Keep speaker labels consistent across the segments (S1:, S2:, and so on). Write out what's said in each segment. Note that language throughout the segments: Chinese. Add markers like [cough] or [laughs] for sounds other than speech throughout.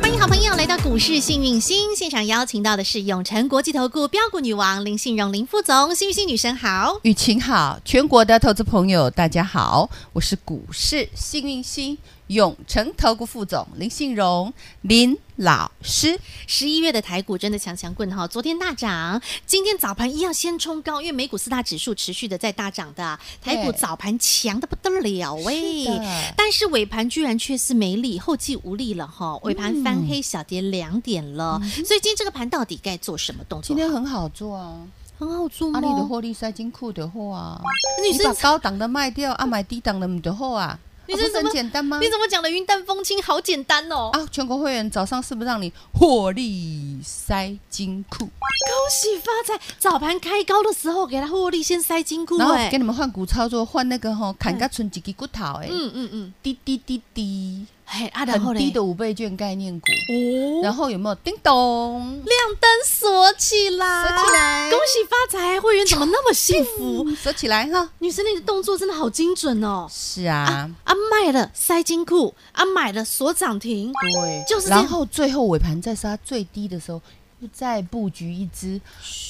S1: 欢迎好朋友来到股市幸运星现场，邀请到的是永诚国际投顾标股女王林信荣林副总，幸运星女神好。
S2: 雨晴好，全国的投资朋友大家好，我是股市幸运星永诚投顾副总林信荣林老师。
S1: 十一月的台股真的强强棍哈，昨天大涨，今天早盘一样先冲高，因为美股四大指数持续的在大涨的，台股
S2: 对
S1: 早盘强的不得了喂、
S2: 是的
S1: 但是尾盘居然却是没力，后继无力了
S2: 嗯
S1: 哈，尾盘翻黑小跌两点了、所以今天这个盘到底该做什么动作？
S2: 今天很好做啊，
S1: 很好做吗？
S2: 阿里的获利塞金库的货啊，
S1: 女
S2: 你把
S1: 生
S2: 高档的卖掉，啊买低档的你的货啊，
S1: 你
S2: 啊
S1: 这
S2: 不是
S1: 怎么
S2: 很简单吗？
S1: 你怎么讲的云淡风轻，好简单哦。
S2: 啊，全国会员早上是不是让你获利塞金库，
S1: 恭喜发财！早盘开高的时候给他获利先塞金库
S2: 然后
S1: 哎、
S2: 给你们换股操作，换那个吼砍个存几根骨头哎，
S1: 嗯嗯嗯，
S2: 滴滴滴滴，
S1: 嘿啊，然后
S2: 很
S1: 嘞
S2: 低的五倍券概念股。
S1: 哦，
S2: 然后有没有叮咚？
S1: 亮灯锁起来，
S2: 锁起来
S1: 恭喜发财！会员怎么那么幸福？
S2: 锁起来哈。
S1: 女生你的动作真的好精准哦！
S2: 是啊，
S1: 啊，卖了塞金库，啊，买了锁涨停，
S2: 对，
S1: 就是这样
S2: 然后最后尾盘在杀最低的时候，又再布局一只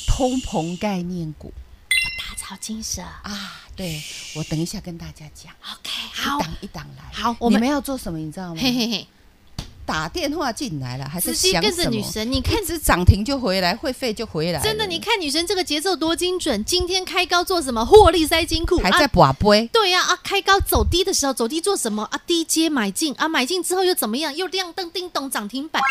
S2: 通膨概念股
S1: 打草惊蛇。
S2: 啊。对，我等一下跟大家讲，
S1: OK，好
S2: 一，档一档来。
S1: 好我
S2: 你
S1: 们
S2: 们要做什么？你知道吗？
S1: 嘿嘿嘿，
S2: 打电话进来了，还是
S1: 直接
S2: 想
S1: 跟
S2: 什
S1: 着
S2: 么
S1: 女神，你看
S2: 一。只涨停就回来，会费就回来了，
S1: 真的，你看女神这个节奏多精准！今天开高做什么？获利塞金库，
S2: 还
S1: 啊
S2: 在把杯。
S1: 对呀、啊，开高走低的时候，走低做什么啊？低接买进啊，买进之后又怎么样？又亮灯叮咚涨停板，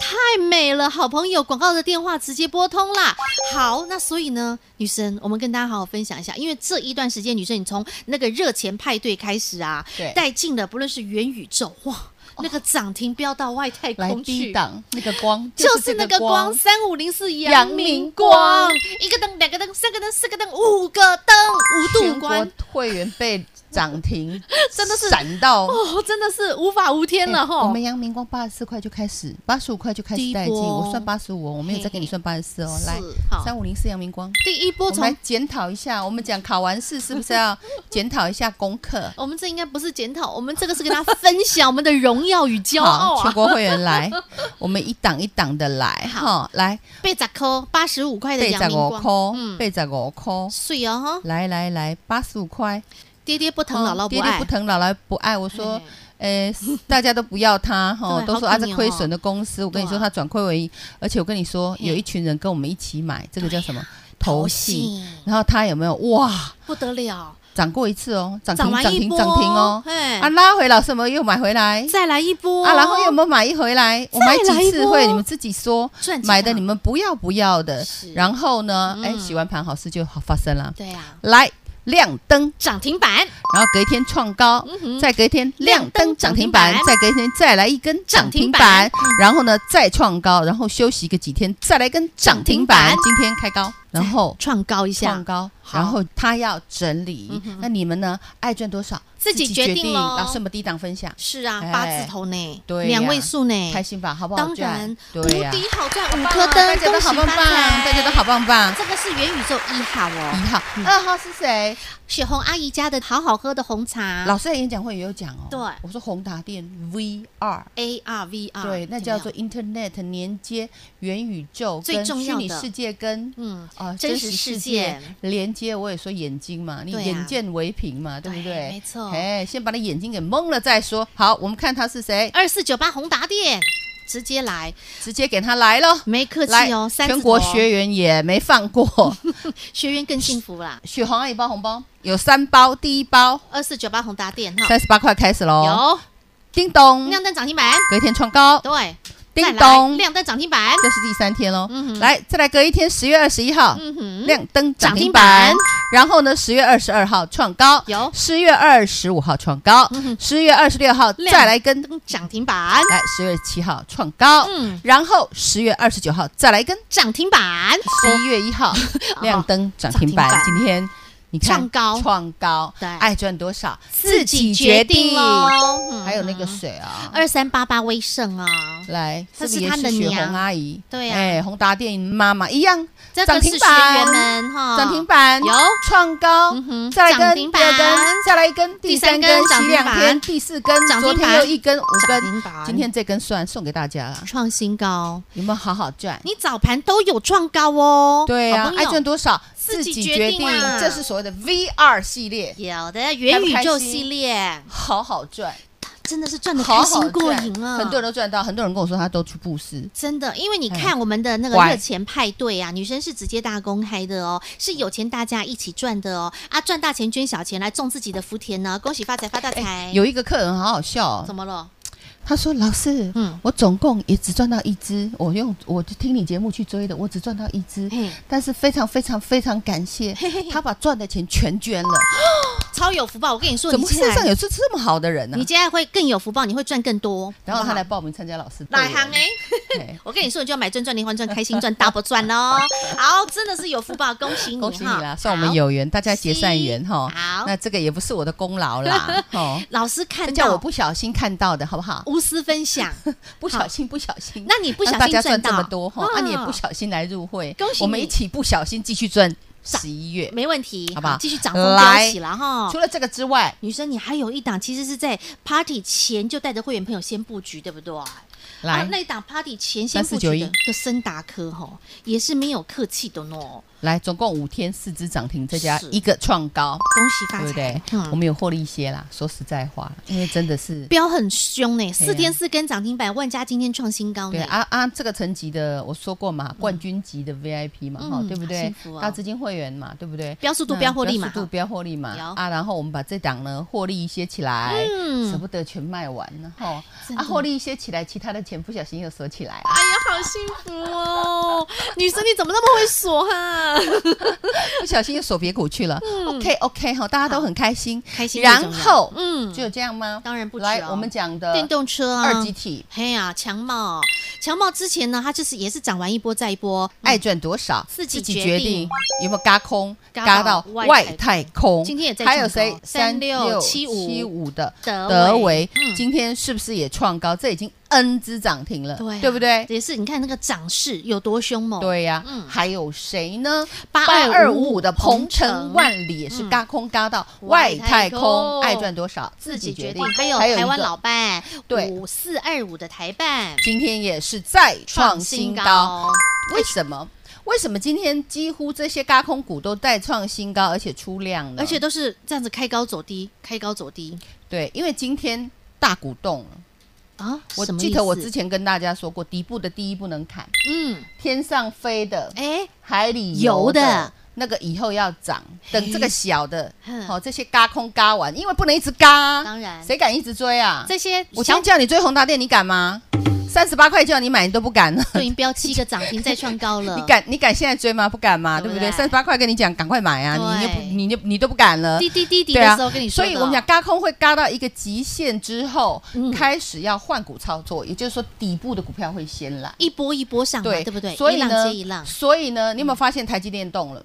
S1: 太美了！好朋友，广告的电话直接拨通啦。好，那所以呢，女生，我们跟大家好好分享一下，因为这一段时间，女生你从那个热钱派对开始啊
S2: 对，
S1: 带进了不论是元宇宙哇，那个涨停飙到外太
S2: 来
S1: 空
S2: 低
S1: 去。
S2: 档那个光，
S1: 就是那
S2: 这
S1: 个光，三五零四
S2: 阳
S1: 阳明
S2: 明光
S1: 光，一个灯、两个灯、三个灯、四个灯、五个灯，五
S2: 全
S1: 度
S2: 国
S1: 关，，
S2: 会员被涨停
S1: [laughs] 真的是
S2: 闪到
S1: 哦，真的是无法无天了
S2: 欸
S1: 哈、
S2: 我们阳明光八十四块就开始，八十五块就开
S1: 第
S2: 始
S1: 一
S2: 带进，
S1: 波
S2: 我算八十五，我没有再给你算八十四哦。
S1: 是
S2: 来，
S1: 好
S2: 三五零四阳明光，
S1: 第一波
S2: 我们来
S1: 从。
S2: 检讨一下，我们讲考完试是不是要检讨一下功课？
S1: 我们这应该不是检讨，我们这个是跟大家分享我们的荣耀与骄傲
S2: 好，全
S1: 啊！
S2: 国会员来， [laughs] 我们一档一档的来
S1: 好
S2: 哈，来
S1: 贝扎科八十五块的
S2: 背
S1: 阳
S2: 着
S1: 明
S2: 五
S1: 光，嗯
S2: 块，，背着五块，
S1: 碎哦哈，
S2: 来来来，八十五块，
S1: 爹爹不疼，
S2: 哦
S1: 姥姥不
S2: 爹爹
S1: 爱，哎
S2: 不疼，姥姥不爱。我说
S1: 嘿，
S2: 诶，大家都不要他
S1: [laughs]
S2: 哈，
S1: 对
S2: 都说
S1: 好
S2: 啊，
S1: 可
S2: 这
S1: 怜哦
S2: 亏损的公司，我跟你
S1: 对
S2: 说，
S1: 啊
S2: 他转亏为盈，而且我跟你说，
S1: 嘿哎
S2: 有一群人跟我们一起买，这个叫什么投
S1: 投
S2: 信？
S1: 信
S2: 然后他有没有哇，
S1: 不得了，
S2: 涨过一次哦，涨
S1: 涨
S2: 停
S1: 完
S2: 涨
S1: 一
S2: 停
S1: 波
S2: 涨停哦，
S1: 嘿
S2: 啊，拉回老师们又买回来
S1: 再来一波
S2: 啊，然后又没有买一回来，我
S1: 再
S2: 买
S1: 来
S2: 几
S1: 一
S2: 次
S1: 波
S2: 会你们自己说
S1: 赚啊几，
S2: 买的
S1: 档
S2: 你们不要不要的
S1: 是，
S2: 然后呢，哎，
S1: 嗯
S2: 洗完盘好事就好发生了，
S1: 对啊，
S2: 来亮灯。
S1: 涨停板
S2: 然后隔一天创高，
S1: 嗯哼
S2: 再隔一天亮灯涨停板
S1: 亮，灯
S2: 再隔一天再来一根涨停
S1: 涨
S2: 板，
S1: 停板嗯
S2: 然后呢再创高，然后休息个几天再来一根涨停板。
S1: 涨停板
S2: 今天开高，然后
S1: 创高一
S2: 创
S1: 下，
S2: 高，
S1: 嗯好嗯
S2: 然后它要整理。那你们呢？爱赚多少
S1: 自己决定咯
S2: 老师我们低档分享，
S1: 是啊，
S2: 哎
S1: 八字头呢，
S2: 对呀
S1: 两位数呢，
S2: 开心吧？好不好
S1: 哎当
S2: 赚？
S1: 然无
S2: 对呀，
S1: 敌好赚，五
S2: 棒
S1: 颗
S2: 啊
S1: 灯，
S2: 大家
S1: 恭
S2: 都好
S1: 喜
S2: 棒
S1: 发
S2: 棒，
S1: 财，
S2: 大家都好棒棒。
S1: 这个是元宇宙一号
S2: 一
S1: 哦，
S2: 号、二号是谁？
S1: 雪红阿姨家的好好喝的红茶，
S2: 老师在演讲会也有讲哦。
S1: 啊对
S2: 我说宏达店 VR。
S1: A R V R，
S2: 对，那叫做 Internet 连接元宇宙
S1: 最
S2: 跟
S1: 重
S2: 虚
S1: 要
S2: 拟
S1: 的
S2: 世界跟
S1: 嗯
S2: 啊
S1: 真实世界
S2: 连接。我也说眼睛嘛，你
S1: 对啊
S2: 眼见为凭嘛，对不
S1: 对
S2: 对？
S1: 没错
S2: 哎，先把你眼睛给蒙了再说。好，我们看他是谁，
S1: 二四九八宏达店直接来，
S2: 直接给他来了。
S1: 没客
S2: 来
S1: 气哦，，三字头
S2: 全国学员也没
S1: [laughs]
S2: 放过。
S1: 学员更幸福啦，
S2: 雪红阿姨包红包有三包，第一包
S1: 二四九八宏达店哈，
S2: 三十八块开始喽。
S1: 啊有
S2: 叮咚，
S1: 亮灯涨停板，
S2: 隔天创高，
S1: 对，
S2: 嗯叮
S1: 再来
S2: 咚
S1: 亮灯涨停板，
S2: 这是第三天喽。
S1: 嗯哼
S2: 来，再来隔一天，十月二十一号，
S1: 嗯哼，
S2: 亮灯涨
S1: 涨停
S2: 停板
S1: 板。
S2: 然后呢，十月二十二号创高，
S1: 有
S2: 十月二十五号创高
S1: 嗯哼，
S2: 十月二十六号
S1: 亮
S2: 再来一根，
S1: 灯涨停板，
S2: 来十月七号创高，
S1: 嗯，
S2: 然后十月二十九号再来一根，
S1: 涨停板，
S2: 十一月一
S1: [laughs]
S2: 号亮灯涨停板
S1: 哦涨。停
S2: 今天你看
S1: 创高
S2: 创高，
S1: 对
S2: 爱赚多少
S1: 自己决定喽。嗯
S2: 还有那个谁啊，
S1: 二三八八威盛啊，
S2: 来，
S1: 这
S2: 这
S1: 是
S2: 个也
S1: 他的
S2: 是雪
S1: 娘
S2: 红阿姨，
S1: 对啊
S2: 哎，宏达电影妈妈一样，
S1: 这
S2: 涨
S1: 个
S2: 停
S1: 是学
S2: 板
S1: 员们哈，
S2: 涨停板
S1: 有
S2: 创高
S1: 嗯哼，
S2: 再来
S1: 涨
S2: 一
S1: 停
S2: 根，
S1: 板
S2: 第二根，再来一根，
S1: 第
S2: 第
S1: 三
S2: 三
S1: 根
S2: 根，
S1: 涨
S2: 洗
S1: 停
S2: 两
S1: 板
S2: 天，第四根
S1: 涨，
S2: 昨
S1: 停板
S2: 天又一根，五
S1: 涨
S2: 根，
S1: 停板，
S2: 今天这根算送给大家了，
S1: 创新高，
S2: 有没有好好赚？
S1: 你早盘都有创高哦，
S2: 对
S1: 好
S2: 啊，
S1: 朋
S2: 爱
S1: 友
S2: 赚多少
S1: 自己决定啦
S2: 这是所谓的 VR 系列，
S1: 有的元宇宙系列
S2: 好好赚，
S1: 真的是赚的开
S2: 好好
S1: 心过
S2: 赚，
S1: 瘾啊，
S2: 很多人都赚到，很多人跟我说他都去布施，
S1: 真的，因为你看我们的那个
S2: 乖
S1: 热钱派对啊，女生是直接大公开的哦，是有钱大家一起赚的哦，啊，赚大钱捐小钱来种自己的福田呢，恭喜发财发大财。
S2: 哎有一个客人好好笑哦，
S1: 怎么了？
S2: 他说：“老师，
S1: 嗯
S2: 嗯，我总共也只赚到一只，我用我就听你节目去追的，我只赚到一只
S1: 嘿，
S2: 但是非常非常非常感谢他把赚的钱全捐了。
S1: 超有福报！我跟你说，
S2: 怎么
S1: 你接下
S2: 世
S1: 来
S2: 上有这这么好的人呢、
S1: 你接下来会更有福报，你会赚更多。
S2: 然后他来
S1: 好
S2: 报名参加老师
S1: 不好哪行呢？
S2: 哎，
S1: [laughs]
S2: 嘿
S1: 我跟你说，你就要买赚赚连环赚、开心赚、double 赚
S2: [laughs]
S1: 喽！好，真的是有福报，恭喜你哈！
S2: 恭喜你啦，算我
S1: 嗯好
S2: 们。有缘，大家结善缘哈。
S1: 好
S2: 那这个也不是我的功
S1: [laughs]
S2: 劳啦，哦，
S1: 老师
S2: 这
S1: 看
S2: 叫我
S1: 到
S2: 不小心看到的，好不好？
S1: 无私分
S2: [laughs]
S1: 享，
S2: 不小心，不小心。
S1: 那你不小
S2: 让大
S1: 心
S2: 家
S1: 赚
S2: 赚
S1: 到
S2: 这么多哈，那、
S1: 嗯
S2: 你也不小心来入会，
S1: 恭喜你
S2: 我们一起不小心继续赚十一月。
S1: 没问题，
S2: 好不好
S1: 继续涨风飙
S2: 来
S1: 起了哈！
S2: 除了这个之外，
S1: 女生，你还有一档，其实是在 party 前就带着会员朋友先布局，对不对？
S2: 来
S1: 啊、那一档 party 前先布局的
S2: 3491
S1: 的森达科吼，也是没有客气的呢，恭
S2: 来，总共五天四只涨停，再加
S1: 是
S2: 一个创高，
S1: 喜发
S2: 对不
S1: 财嗯
S2: 对。？我们有获利一些啦。说实在话，因为真的是
S1: 标很凶呢，四
S2: 对啊
S1: 天四根涨停板，万家今天创新高
S2: 对
S1: 呢。
S2: 啊啊，这个层级的我说过嘛，冠军级的 VIP 嘛，
S1: 嗯
S2: 哈，对不
S1: 好
S2: 对
S1: 幸福哦？
S2: 大资金会员嘛，对不对？
S1: 标速度
S2: 那
S1: 标获利嘛
S2: 嗯标速度标获利嘛
S1: 有
S2: 啊，然后我们把这档呢获利一些起来，
S1: 嗯
S2: 舍不得全卖完，然后
S1: 真的
S2: 啊获利一些起来，其他的钱不小心又锁起来了，
S1: 哎呀，好幸福哦！女生你怎么那么会锁哈、
S2: 不小心又锁别股去了。OK OK 哈，大家都很开心，
S1: 嗯开心最重要，
S2: 然后
S1: 嗯，
S2: 只有这样吗？
S1: 当然不止哦
S2: 来，我们讲的
S1: 电动车啊，
S2: 二级体。
S1: 嘿呀、强茂，强茂之前呢，它就是也是涨完一波再一波，
S2: 爱赚多少，
S1: 嗯自己决
S2: 决
S1: 定
S2: 定有没有嘎空，
S1: 嘎
S2: 嘎
S1: 到
S2: 到
S1: 外
S2: 外
S1: 太
S2: 太空。
S1: 今天也在
S2: 还有
S1: 创
S2: 谁
S1: 高？3675
S2: 七五的
S1: 德
S2: 德
S1: 维
S2: 维
S1: 嗯，
S2: 今天是不是也创高？这已经 N 只涨停了，
S1: 对啊、
S2: 对不对？
S1: 也是，你看那个涨势有多凶猛。，
S2: 对呀
S1: 嗯，
S2: 还有谁呢？
S1: 8255
S2: 8255的鹏程万里也是嘎空嘎到外太
S1: 外太空
S2: 空，爱赚多少
S1: 自
S2: 自
S1: 己
S2: 己
S1: 决
S2: 决
S1: 定
S2: 定。。
S1: 还有
S2: 一
S1: 台
S2: 个
S1: 湾老伴，
S2: 对
S1: 五四二五的台办
S2: 今天也是再创新高。，
S1: 哎
S2: 为什么？为什么今天几乎这些嘎空股都再创新高，而且出量了？
S1: 而且都是这样子开高走低，开高走低
S2: 对，因为今天大股动了。
S1: 啊！
S2: 我
S1: 什么
S2: 记
S1: 意思
S2: 得我之前跟大家说过，底部的第一不能砍，
S1: 嗯，
S2: 天上飞的、
S1: 哎，
S2: 海里
S1: 游
S2: 游的
S1: 的
S2: 那个以后要涨，等这个小的哦
S1: 哼，
S2: 好、这些嘎空嘎完，因为不能一直嘎啊，
S1: 当然
S2: 谁敢一直追啊？
S1: 这些
S2: 我
S1: 小
S2: 先叫你追宏达电，你敢吗？三十八块叫你买，你都不敢了。
S1: 都已经标七个涨停再创高了，
S2: [laughs] 你敢你敢现在追吗？不敢嘛，
S1: 对
S2: 对
S1: 不
S2: 不
S1: 对
S2: 对？三十八块跟你讲，赶快买啊！你又不
S1: 对
S2: 你又你都不敢了。
S1: 滴滴滴滴
S2: 对
S1: 的
S2: 啊
S1: 时候跟你，说
S2: 所
S1: 的哦，
S2: 以我们讲嘎空会嘎到一个极限之后
S1: 嗯，
S2: 开始要换股操作，也就是说底部的股票会先来，
S1: 一波一波上嘛，对不对？
S2: 所以
S1: 一浪
S2: 呢
S1: 接一浪，嗯
S2: 所以呢，你有没有发现台积电动了？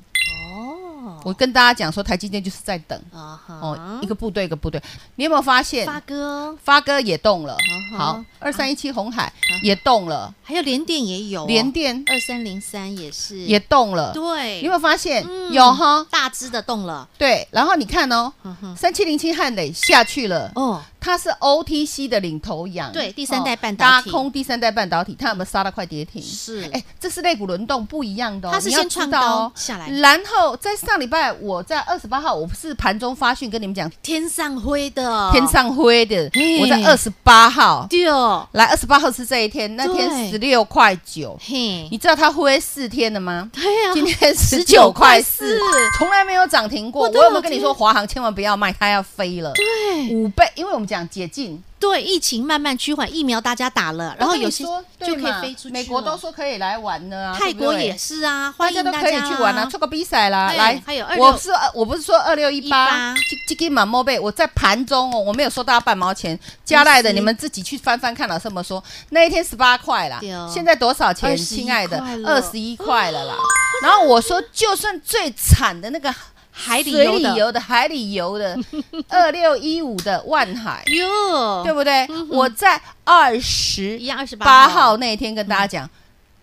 S1: 哦，
S2: 我跟大家讲说，台积电就是在等
S1: 啊
S2: 哦
S1: 哈，
S2: 一，个部队一个部队，你有没有发现？
S1: 发哥，
S2: 发哥也动了
S1: 嗯，哼
S2: 好，二三一七红海也动了，
S1: 还有联电也啊有哦，
S2: 联电
S1: 二三零三也是，
S2: 也动了，
S1: 对，
S2: 你有没有发现？
S1: 嗯
S2: 有哈，
S1: 大只的动了，
S2: 对，然后你看哦，
S1: 嗯哼，
S2: 三七零七汉磊下去了，
S1: 哦，
S2: 它是 OTC 的领头羊，
S1: 对第三代半导体
S2: 哦搭空第三代半导体，它有没有杀到快跌停？
S1: 是，
S2: 哎，这是肋骨轮动不一样的哦，
S1: 它是
S2: 你要
S1: 先创
S2: 知道
S1: 高
S2: 哦
S1: 下来，
S2: 然后在上礼拜，我在二十八号，我不是盘中发讯跟你们讲
S1: 天上灰的，
S2: 天上灰的
S1: 哦嘿，
S2: 我在二十八号，
S1: 对哦，
S2: 来二十八号是这一天，那天
S1: 对
S2: 十六块九，
S1: 嘿，
S2: 你知道它灰四天了吗？
S1: 对 [laughs] 呀，
S2: 今天
S1: 19
S2: 十九
S1: 块
S2: 块
S1: 四
S2: 四，从来没有涨停过。
S1: 我
S2: 我
S1: 的
S2: 有没有跟
S1: 天
S2: 你说华航千万不要卖，它要飞了？
S1: 对，
S2: 五倍，因为我们讲解禁，
S1: 对，疫情慢慢趋缓，疫苗大家打了，然后
S2: 我跟你
S1: 有些
S2: 说
S1: 就
S2: 对
S1: 可以
S2: 嘛
S1: 飞出去了。
S2: 美国都说可以来玩了啊，
S1: 泰国
S2: 对不对
S1: 也是啊，
S2: 大
S1: 欢
S2: 家
S1: 迎
S2: 都可以
S1: 啊
S2: 去玩啊，出个比赛啦，
S1: 对
S2: 来，
S1: 还有26
S2: 我是我不是说二六一八
S1: 18，
S2: 这个满莫贝，我在盘中哦，我没有收到半毛钱，加赖的你们自己去翻翻看老师怎么说，那一天十八块啦
S1: 对哦，
S2: 现在多少钱？
S1: 21
S2: 亲爱的
S1: 块，
S2: 二
S1: 了哦
S2: 十一块了啦。然后我说，就算最惨的那个
S1: 海里
S2: 水
S1: 游的
S2: 里游的、海里游的， [laughs] 二六一五的万海，
S1: 哟，
S2: 对不对？我在二十
S1: 哦嗯一样二十
S2: 八
S1: 八
S2: 号，那一天跟大家讲，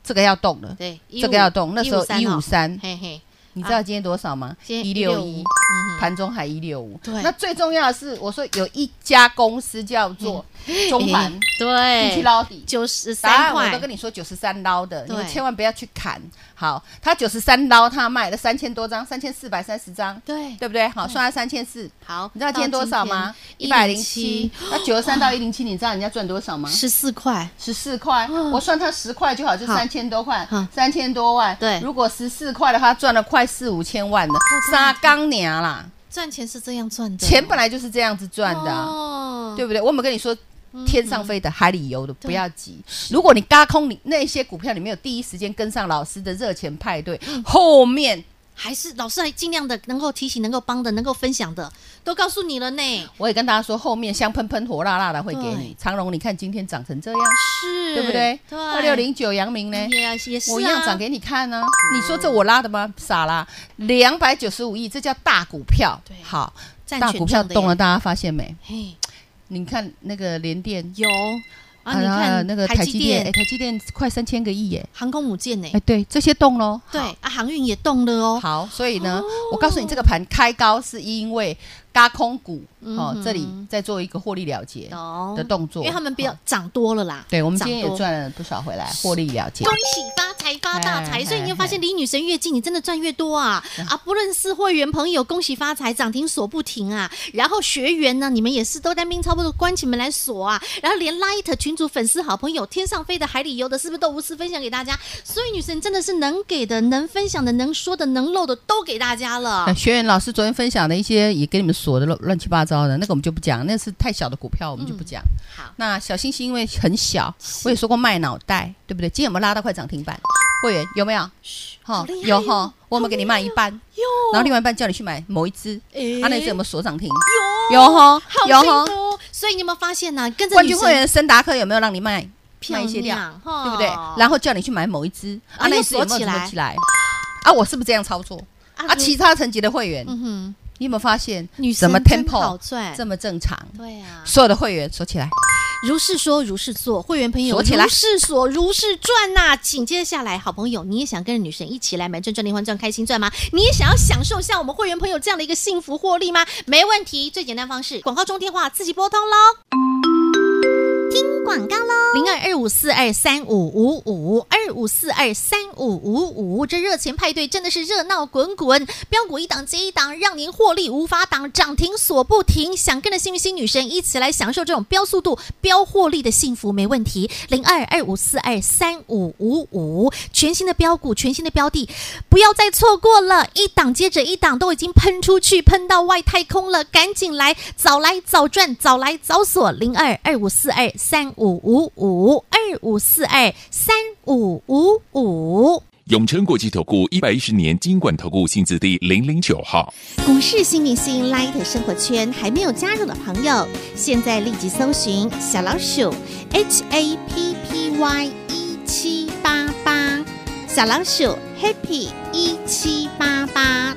S2: 这个要动了，
S1: 对，
S2: 这个要动，那时候一五
S1: 153哦，
S2: 三。
S1: 嘿嘿，
S2: 你知道今天多少吗？
S1: 今
S2: 一
S1: 天
S2: 六
S1: 161
S2: 一，
S1: 嗯
S2: 盘中还一六五。
S1: 对
S2: 那最重要的是，我说有一家公司叫做中盘
S1: 嘿
S2: 进
S1: 嗯
S2: 去
S1: [laughs] 对，
S2: 捞底。
S1: 九十
S2: 答
S1: 三
S2: 案我都
S1: 块
S2: 跟，你说九十三捞的，你
S1: 对
S2: 们千万不要去砍。好，他九十三捞，他卖了三千多张，三千四百三十张，
S1: 对，哦
S2: 对不对？好，算他三千四。
S1: 好，
S2: 你知道今天多少吗？一百零七。那九十三到一零七，你知道人家赚多少吗？
S1: 十四块，
S2: 十四块，我算他十块就好，就
S1: 啊好
S2: 三千多块
S1: 好，
S2: 三千多万。
S1: 对
S2: 如果十四块的话，赚了快四五千万了，杀钢娘啦，
S1: 赚钱是这样赚的，
S2: 钱本来就是这样子赚的啊，
S1: 哦嗯
S2: 对不对？我们跟你说。天上飞的，海里游的，不要急。
S1: 是
S2: 如果你嘎空你那些股票，你没有第一时间跟上老师的热钱派对，
S1: 嗯
S2: 后面
S1: 还是老师还尽量的能够提醒、能够帮的、能够分享的，都告诉你了呢。
S2: 我也跟大家说，后面香喷喷、火辣辣的会给你
S1: 对。
S2: 长荣，你看今天涨成这样，
S1: 是，
S2: 对不对？
S1: 对，
S2: 二六零九阳明呢？
S1: 也也是、啊，
S2: 我一样涨给你看呢、你说这我拉的吗？傻啦，两百九十五亿，这叫大股票
S1: 嗯对。
S2: 好，
S1: 占
S2: 大
S1: 权
S2: 股票
S1: 重的
S2: 动了，
S1: 耶，
S2: 大家发现没？
S1: 嘿，
S2: 你看那个联电
S1: 有啊，你
S2: 然后还有
S1: 看
S2: 那个
S1: 台
S2: 台
S1: 积
S2: 积
S1: 电
S2: 电，哎，台积电快三千个亿耶！
S1: 航空母舰呢、
S2: 哎，对，这些动喽。
S1: 对啊，航运也动了哦，
S2: 好，所以呢，我告诉你，这个盘开高是因为嘎空股哦
S1: 嗯，哼
S2: 这里在做一个获利了结
S1: 懂
S2: 的动作，
S1: 因为他们比
S2: 哦
S1: 较涨多了啦，
S2: 对，我们今天
S1: 涨多。
S2: 也赚了不少回来，获利了结
S1: 恭。喜发财发大
S2: 哎
S1: 财，所以你
S2: 哎嗯
S1: 会发现离女神越近，你真的赚越多啊！啊，不论是会员朋友，恭喜发财，涨停锁不停啊！然后学员呢，你们也是都单兵操不多，关起门来锁啊！然后连 Light 群主粉丝好朋友，天上飞的海里游的，是不是都无私分享给大家？所以女神真的是能给的、能分享的、能说的、能漏的都给大家了
S2: 那。学员老师昨天分享的一些也给你们锁的乱乱七八糟的，那个我们就不讲，那是太小的股票，我们就不讲。
S1: 好，
S2: 那小星星因为很小，我也说过卖脑袋，对不对？今天有没有拉到快涨停板？会员有没有？哈、
S1: 好厉害
S2: 有
S1: 哦
S2: 哈、我们给你卖一半，然后另外一半叫你去买某一只，
S1: 哎
S2: 啊，那一只有没有锁涨停？
S1: 有
S2: 有哈、
S1: 好
S2: 有
S1: 幸
S2: 哈、
S1: 福哦！所以你有没有发现呢、跟着
S2: 冠
S1: 女
S2: 军会
S1: 神
S2: 员森达科有没有让你卖？
S1: 漂
S2: 卖一些掉，
S1: 亮，哈
S2: 对不对？然后叫你去买某一只，啊，
S1: 啊
S2: 那
S1: 哦又
S2: 一只有没有
S1: 锁起来
S2: 锁起来？啊，我是不是这样操作？啊，
S1: 如
S2: 其他层级的会员，
S1: 嗯哼，
S2: 你有没有发现
S1: 女
S2: 怎
S1: 神
S2: 么
S1: 真好
S2: tempo
S1: 赚，
S2: 这么正常？
S1: 对啊，
S2: 所有的会员锁起来，
S1: 如是说，如是做，会员朋友
S2: 锁起来
S1: 如是锁，如是赚呐、紧接下来，好朋友，你也想跟着女神一起来买赚赚连环赚开心赚吗？你也想要享受像我们会员朋友这样的一个幸福获利吗？没问题，最简单方式，广告中电话自己拨通喽。广告喽，零二二五四二三五五五二五四二三五五五，这热钱派对真的是热闹滚滚，标股一档接一档，让您获利无法挡，涨停锁不停。想跟着幸运星女神一起来享受这种标速度、标获利的幸福，没问题。零二二五四二三五五五，全新的标股，全新的标的，不要再错过了，一档接着一档都已经喷出去，喷到外太空了，赶紧来，早来早赚，早来早锁，零二二五四二三五五五二五四二三五五五。
S3: 永诚国际投顾一百一十年金管投顾性质第零零九号。
S1: 股市新明星 Light 生活圈还没有加入的朋友，现在立即搜寻小老鼠 HAPPY 一七八八，小老鼠 Happy 一七八八，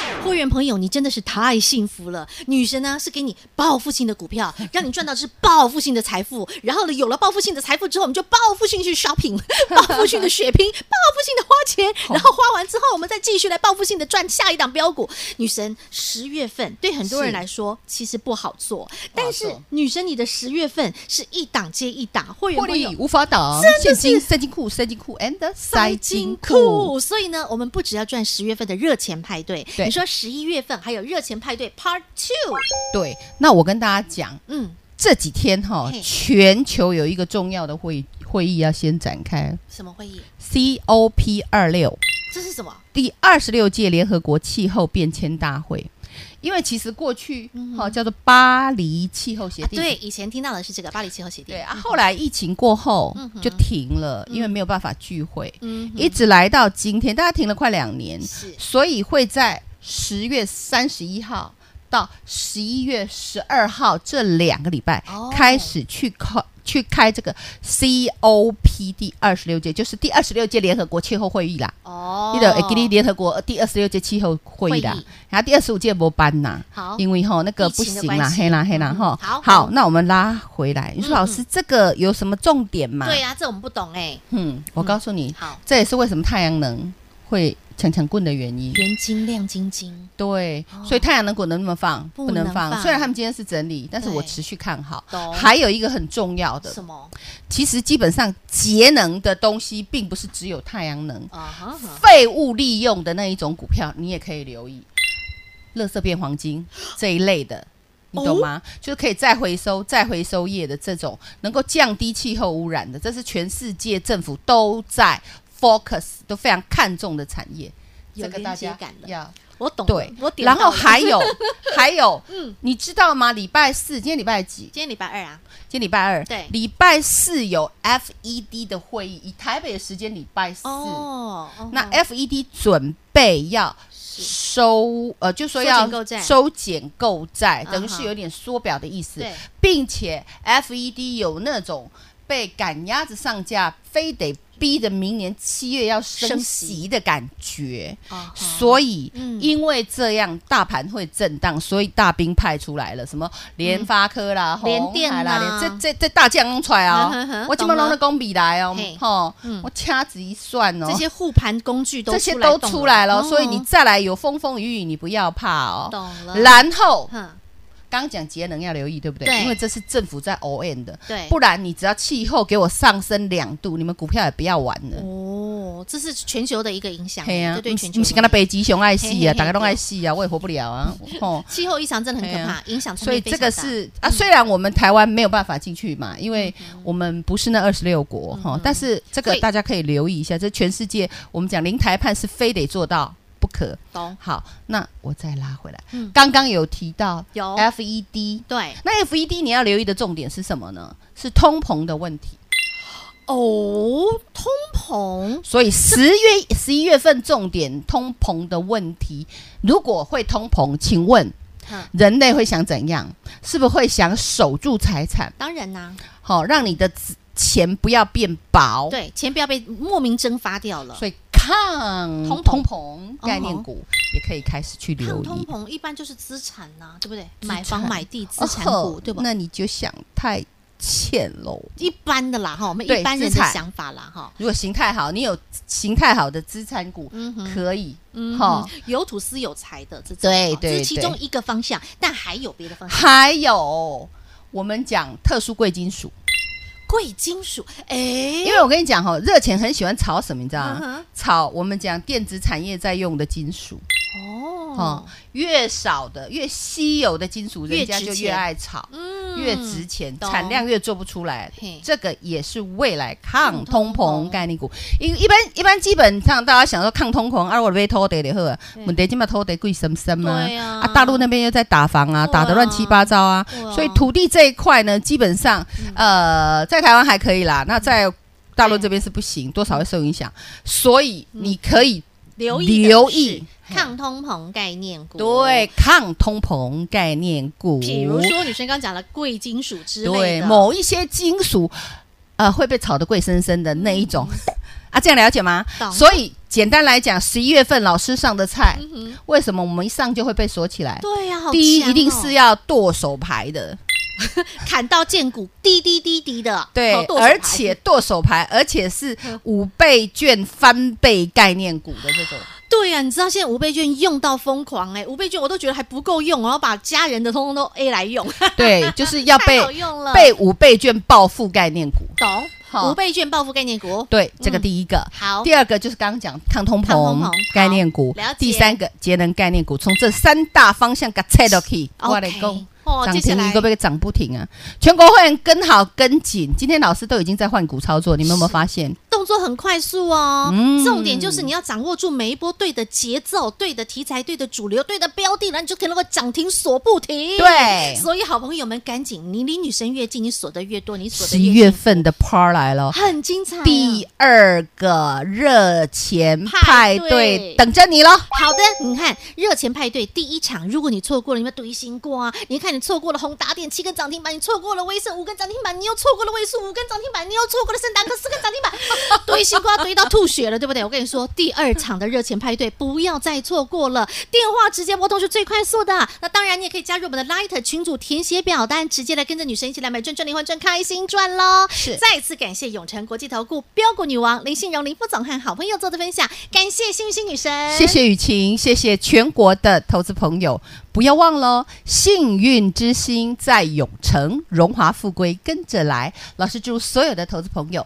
S1: 会员朋友，你真的是太幸福了！女神呢是给你报复性的股
S2: [laughs]
S1: 票，让你赚到是报复性的财富。然后呢，有了报复性的财富之后，我们就报复性去
S2: [laughs]
S1: shopping，报复性的血拼，报复性的花钱。
S2: 哦
S1: 然后花完之后，我们再继续来报复性的赚下一档标股。女神十月份对很多人
S2: 是
S1: 来说其实不好做，
S2: 不
S1: 但
S2: 好
S1: 是
S2: 做
S1: 女神你的十月份是一档接一档，会员
S2: 获
S1: 朋友
S2: 利无法挡，现金塞金库，塞金库 and 塞金库，
S1: 库，所以呢，我们不只要赚十月份的热钱派对，
S2: 对
S1: 你说十一月份还有热钱派对 Part Two，
S2: 对，那我跟大家讲，
S1: 嗯，
S2: 这几天哈、
S1: 嘿
S2: 全球有一个重要的会会议要先展开
S1: 什么会议？
S2: ，COP 二六
S1: 这是什么？
S2: 第二十六届联合国气候变迁大会。因为其实过去哈、
S1: 嗯
S2: 哦叫做巴黎气候协
S1: 啊
S2: 定，
S1: 对，以前听到的是这个巴黎气候协定，
S2: 对啊，后来疫情过后
S1: 嗯哼
S2: 就停了，因为没有办法聚会，
S1: 嗯，
S2: 一直来到今天，大家停了快两年，
S1: 是
S2: 所以会在十月三十一号到十一月十二号这两个礼拜
S1: 哦
S2: 开始去考。去开这个 COP 第二十六届，就是第二十六届联合国气候会议啦，
S1: 哦
S2: 你的给你联合国呃第二十六届气候会议啦
S1: 会议，
S2: 然后第二十五届没办呐，
S1: 好，
S2: 因为吼那个
S1: 疫
S2: 不
S1: 情的
S2: 行啦，
S1: 关系嗯
S2: 黑啦黑啦哈。
S1: 好好
S2: 好，那我们拉回来，你说
S1: 嗯
S2: 老师这个有什么重点吗？
S1: 对啊，这我们不懂哎，
S2: 嗯，我告诉你，
S1: 好，
S2: 这也是为什么太阳能会强强棍的原因。
S1: 原金亮晶晶，
S2: 对
S1: 哦，
S2: 所以太阳能股能不能放？
S1: 不
S2: 不能
S1: 能
S2: 放
S1: 放。
S2: 虽然他们今天是整理，但是我
S1: 对
S2: 持续看好
S1: 懂。
S2: 还有一个很重要的，
S1: 什么
S2: 其实基本上节能的东西并不是只有太阳能，
S1: 啊哈哈？
S2: 废物利用的那一种股票，你也可以留意，垃圾变黄金这一类的，你懂
S1: 哦
S2: 吗？就是可以再回收、再回收业的这种，能够降低气候污染的，这是全世界政府都在 focus 都非常看重的产业。
S1: 有连接感了
S2: 要
S1: 我懂了，
S2: 对
S1: 我，点到
S2: 然
S1: 了，
S2: 后
S1: [laughs]
S2: 还有还有，
S1: 嗯
S2: 你知道吗？礼拜四，今天礼拜几？
S1: 今天礼拜二啊，
S2: 今天礼拜二，
S1: 对
S2: 礼拜四有 FED 的会议，以台北的时间礼拜四，
S1: 哦，哦
S2: 那哎
S1: 哦
S2: FED 准备要
S1: 是
S2: 收，呃，就说
S1: 缩
S2: 要
S1: 减购债
S2: 收减购债，等于
S1: 啊哈
S2: 是有点缩表的意思
S1: 对，
S2: 并且 FED 有那种被赶鸭子上架，非得逼着明年七月要升
S1: 升
S2: 息的感觉。
S1: 啊哈
S2: 所以
S1: 嗯，
S2: 因为这样大盘会震荡，所以大兵派出来了，什么联发科啦、
S1: 嗯联
S2: 鸿
S1: 电
S2: 海
S1: 啦
S2: 啦，连这这这大将弄出来哦
S1: 哼哼哼，
S2: 我基本
S1: 懂了
S2: 上都工笔来哦
S1: 嘿，
S2: 吼
S1: 嗯，
S2: 我掐指一算哦
S1: 这，些护盘工具都
S2: 这些
S1: 出来
S2: 都
S1: 动
S2: 出来了，
S1: 哦
S2: 所以你再来有风风雨雨，你不要怕哦。
S1: 懂了，
S2: 然后
S1: 哼，
S2: 刚讲节能要留意，对不
S1: 对
S2: 对？因为这是政府在 O N 的，
S1: 对，
S2: 不然你只要气候给我上升两度，你们股票也不要玩了。
S1: 哦，这是全球的一个影响，
S2: 嘿呀、
S1: 这
S2: 啊，
S1: 对
S2: 不是
S1: 全球
S2: 不是跟他北极熊爱
S1: 嘿
S2: 戏
S1: 嘿嘿
S2: 啊，大家都爱戏啊，我也活不了
S1: [laughs]
S2: 啊，吼。
S1: 气候异常真的很可
S2: 嘿
S1: 怕
S2: 呀，
S1: 影响层
S2: 所以
S1: 面非
S2: 这
S1: 常大
S2: 个是啊，
S1: 嗯
S2: 虽然我们台湾没有办法进去嘛，因为我们不是那二十六国
S1: 嗯
S2: 哈，但是这个
S1: 会
S2: 大家可以留意一下，这全世界我们讲零台判是非得做到不可。
S1: 懂
S2: 好，那我再拉回来
S1: 嗯，
S2: 刚刚有提到
S1: 有
S2: FED，
S1: 对
S2: 那 FED 你要留意的重点是什么呢？是通膨的问题。
S1: 哦，通膨
S2: 所以十月、十一月份重点通膨的问题，如果会通膨，请问
S1: 嗯
S2: 人类会想怎样？是不是会想守住财产？
S1: 当然啦，
S2: 好、让你的资钱不要变薄。，
S1: 对，钱不要被莫名蒸发掉了。
S2: 哦所以抗
S1: 通膨嗯
S2: 膨概念股也可以开始去
S1: 抗
S2: 留
S1: 通
S2: 意。
S1: 膨一般就是资产呐、对不对？
S2: 资产
S1: 买房、买地、资产股，
S2: 哦
S1: 对吧？
S2: 那你就想太浅喽。
S1: 一般的啦，哈，我们
S2: 对
S1: 一般人
S2: 资
S1: 的
S2: 产
S1: 想法啦，哈，
S2: 如果形态好，你有形态好的资产股、
S1: 嗯哼，
S2: 可以，
S1: 嗯
S2: 哈、
S1: 哼，有土司有财的这种，
S2: 对
S1: 哈
S2: 对
S1: 这是其
S2: 对
S1: 中一个方向，但还有别的方向。
S2: 还有我们讲特殊贵金属。
S1: 贵金属，哎，
S2: 因为我跟你讲哈、哦，热钱很喜欢炒什么，你知道
S1: 嗯
S2: 吗
S1: 哼？
S2: 炒我们讲电子产业在用的金属，
S1: 哦
S2: 哦，，越少的、越稀有的金属，
S1: 越
S2: 人家
S1: 值
S2: 就越
S1: 钱
S2: 爱炒，
S1: 嗯
S2: 越值钱，
S1: 懂
S2: 产量越做不出来
S1: 嘿。
S2: 这个也是未来抗通
S1: 嗯通膨
S2: 膨概念股。一一般一般基本上大家想说抗通膨，啊，我被偷得了呵，我得今嘛偷得贵生生啊
S1: 对啊
S2: 啊，大陆那边又在打房啊，
S1: 对啊
S2: 打得乱七八糟啊
S1: 对啊，嗯
S2: 所以土地这一块呢，基本上呃，在台湾还可以啦，那在大陆这边是不行，多少会受影响，所以
S1: 嗯
S2: 你可以
S1: 留意的
S2: 留意
S1: 是抗通膨概念股，
S2: 对，抗通膨概念股，
S1: 比如说女生刚讲了贵金属之类
S2: 对
S1: 的，啊
S2: 某一些金属，呃，会被炒得贵生生的那一种。 [laughs] 啊，这样了解吗
S1: 嗯懂？
S2: 所以简单来讲，十一月份老师上的菜，
S1: 嗯哼，
S2: 为什么我们一上就会被锁起来？
S1: 对呀、好
S2: 第一，
S1: 强
S2: 一定
S1: 哦
S2: 是要剁手牌的，
S1: 砍到见骨，滴滴滴滴的，
S2: 对
S1: 好剁，手牌
S2: 而
S1: 嗯
S2: 且剁手牌，而且是五倍券翻倍概念股的这种。
S1: 对呀、你知道现在五倍券用到疯狂哎、五倍券我都觉得还不够用，然后把家人的通通都 A 来用，
S2: 对，就是 [laughs] 要被
S1: [laughs] 太好用了，
S2: 被五倍券暴富概念股。
S1: 懂
S2: 好
S1: 五倍券报复概念股，
S2: 对，这个
S1: 嗯
S2: 第一个。
S1: 好，
S2: 第二个就是刚刚讲抗通
S1: 抗通
S2: 膨
S1: 膨
S2: 概念股
S1: 好了解，
S2: 第三个节能概念股，从这三大方向给切落去，我
S1: OK，
S2: 来讲。
S1: 哦，
S2: 涨
S1: 接下
S2: 停一
S1: 来
S2: 个被涨不停啊！全国会员跟好跟紧，今天老师都已经在换股操作，你们有没有发现？
S1: 动作很快速哦，
S2: 嗯
S1: 重点就是你要掌握住每一波对的节奏、对的题材、对的主流、对的标的，然后你就可以能够涨停锁不停。
S2: 对
S1: 所以好朋友们赶紧，你离女神越近，你锁的越多，你锁的
S2: 十一月
S1: 幸福
S2: 份的趴来了，
S1: 很精彩、啊。
S2: 第二个热钱
S1: 派
S2: 派
S1: 对
S2: 对等着你喽！
S1: 好的，你看热钱派对第一场，如果你错过了，你们堆心过啊！你看你错过了宏达电七根涨停板，你错过了威盛五根涨停板，你又错过了位数五根涨停板，你又错过了圣达克四根涨停板，堆心瓜堆到吐血了，对不对？我跟你说，第二场的热钱派对不要再错过了，电话直接拨通是最快速的。那当然，你也可以加入我们的 Light 群组，填写表单，直接来跟着女神一起来买赚赚零换赚，开心赚喽！
S2: 是
S1: 再次感谢永诚国际投顾标股女王林信荣林副总和好朋友做的分享，感谢幸运星女神，
S2: 谢谢雨晴，谢谢全国的投资朋友，不要忘了哦，幸运之星在永城，荣华富贵跟着来。老师祝所有的投资朋友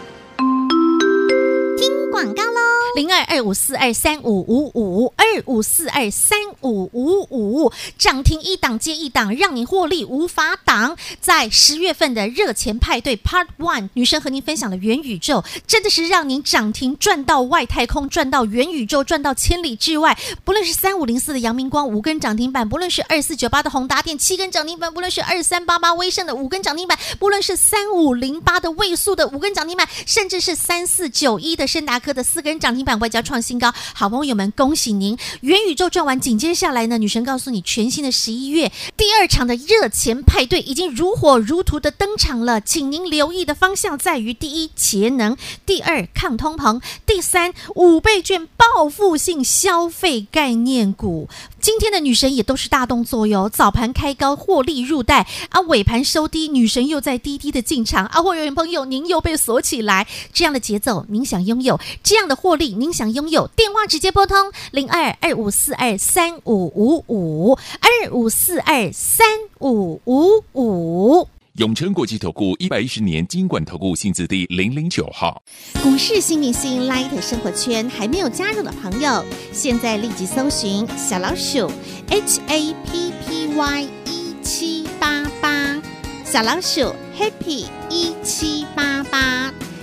S1: 广告喽，零二二五四二三五五五二五四二三五五五，涨停一档接一档，让你获利无法挡。在十月份的热钱派对 Part One，女生和您分享的元宇宙，真的是让您涨停赚到外太空，赚到元宇宙，赚到千里之外。不论是三五零四的阳明光五根涨停板，不论是二四九八的宏达电七根涨停板，不论是二三八八威盛的五根涨停板，不论是三五零八的位数的五根涨停板，甚至是三四九一的深达科的四根涨停板外加创新高。好朋友们，恭喜您！元宇宙赚完，紧接下来呢，女神告诉你，全新的十一月第二场的热钱派对已经如火如荼的登场了，请您留意的方向在于：第一，节能；第二，抗通膨；第三，五倍券报复性消费概念股。今天的女神也都是大动作哟，早盘开高获利入袋啊，尾盘收低，女神又在低低的进场啊，会员朋友您又被锁起来，这样的节奏您想拥有，这样的获利您想拥有，电话直接拨通零二二五四二三五五五二五四二三五五五。
S3: 永诚国际投顾一百一十年金管投顾性质第零零九号，
S1: 股市新明星 Light 生活圈还没有加入的朋友，现在立即搜寻小老鼠 HAPPY 一 E 七八八，小老鼠 Happy 一七八八，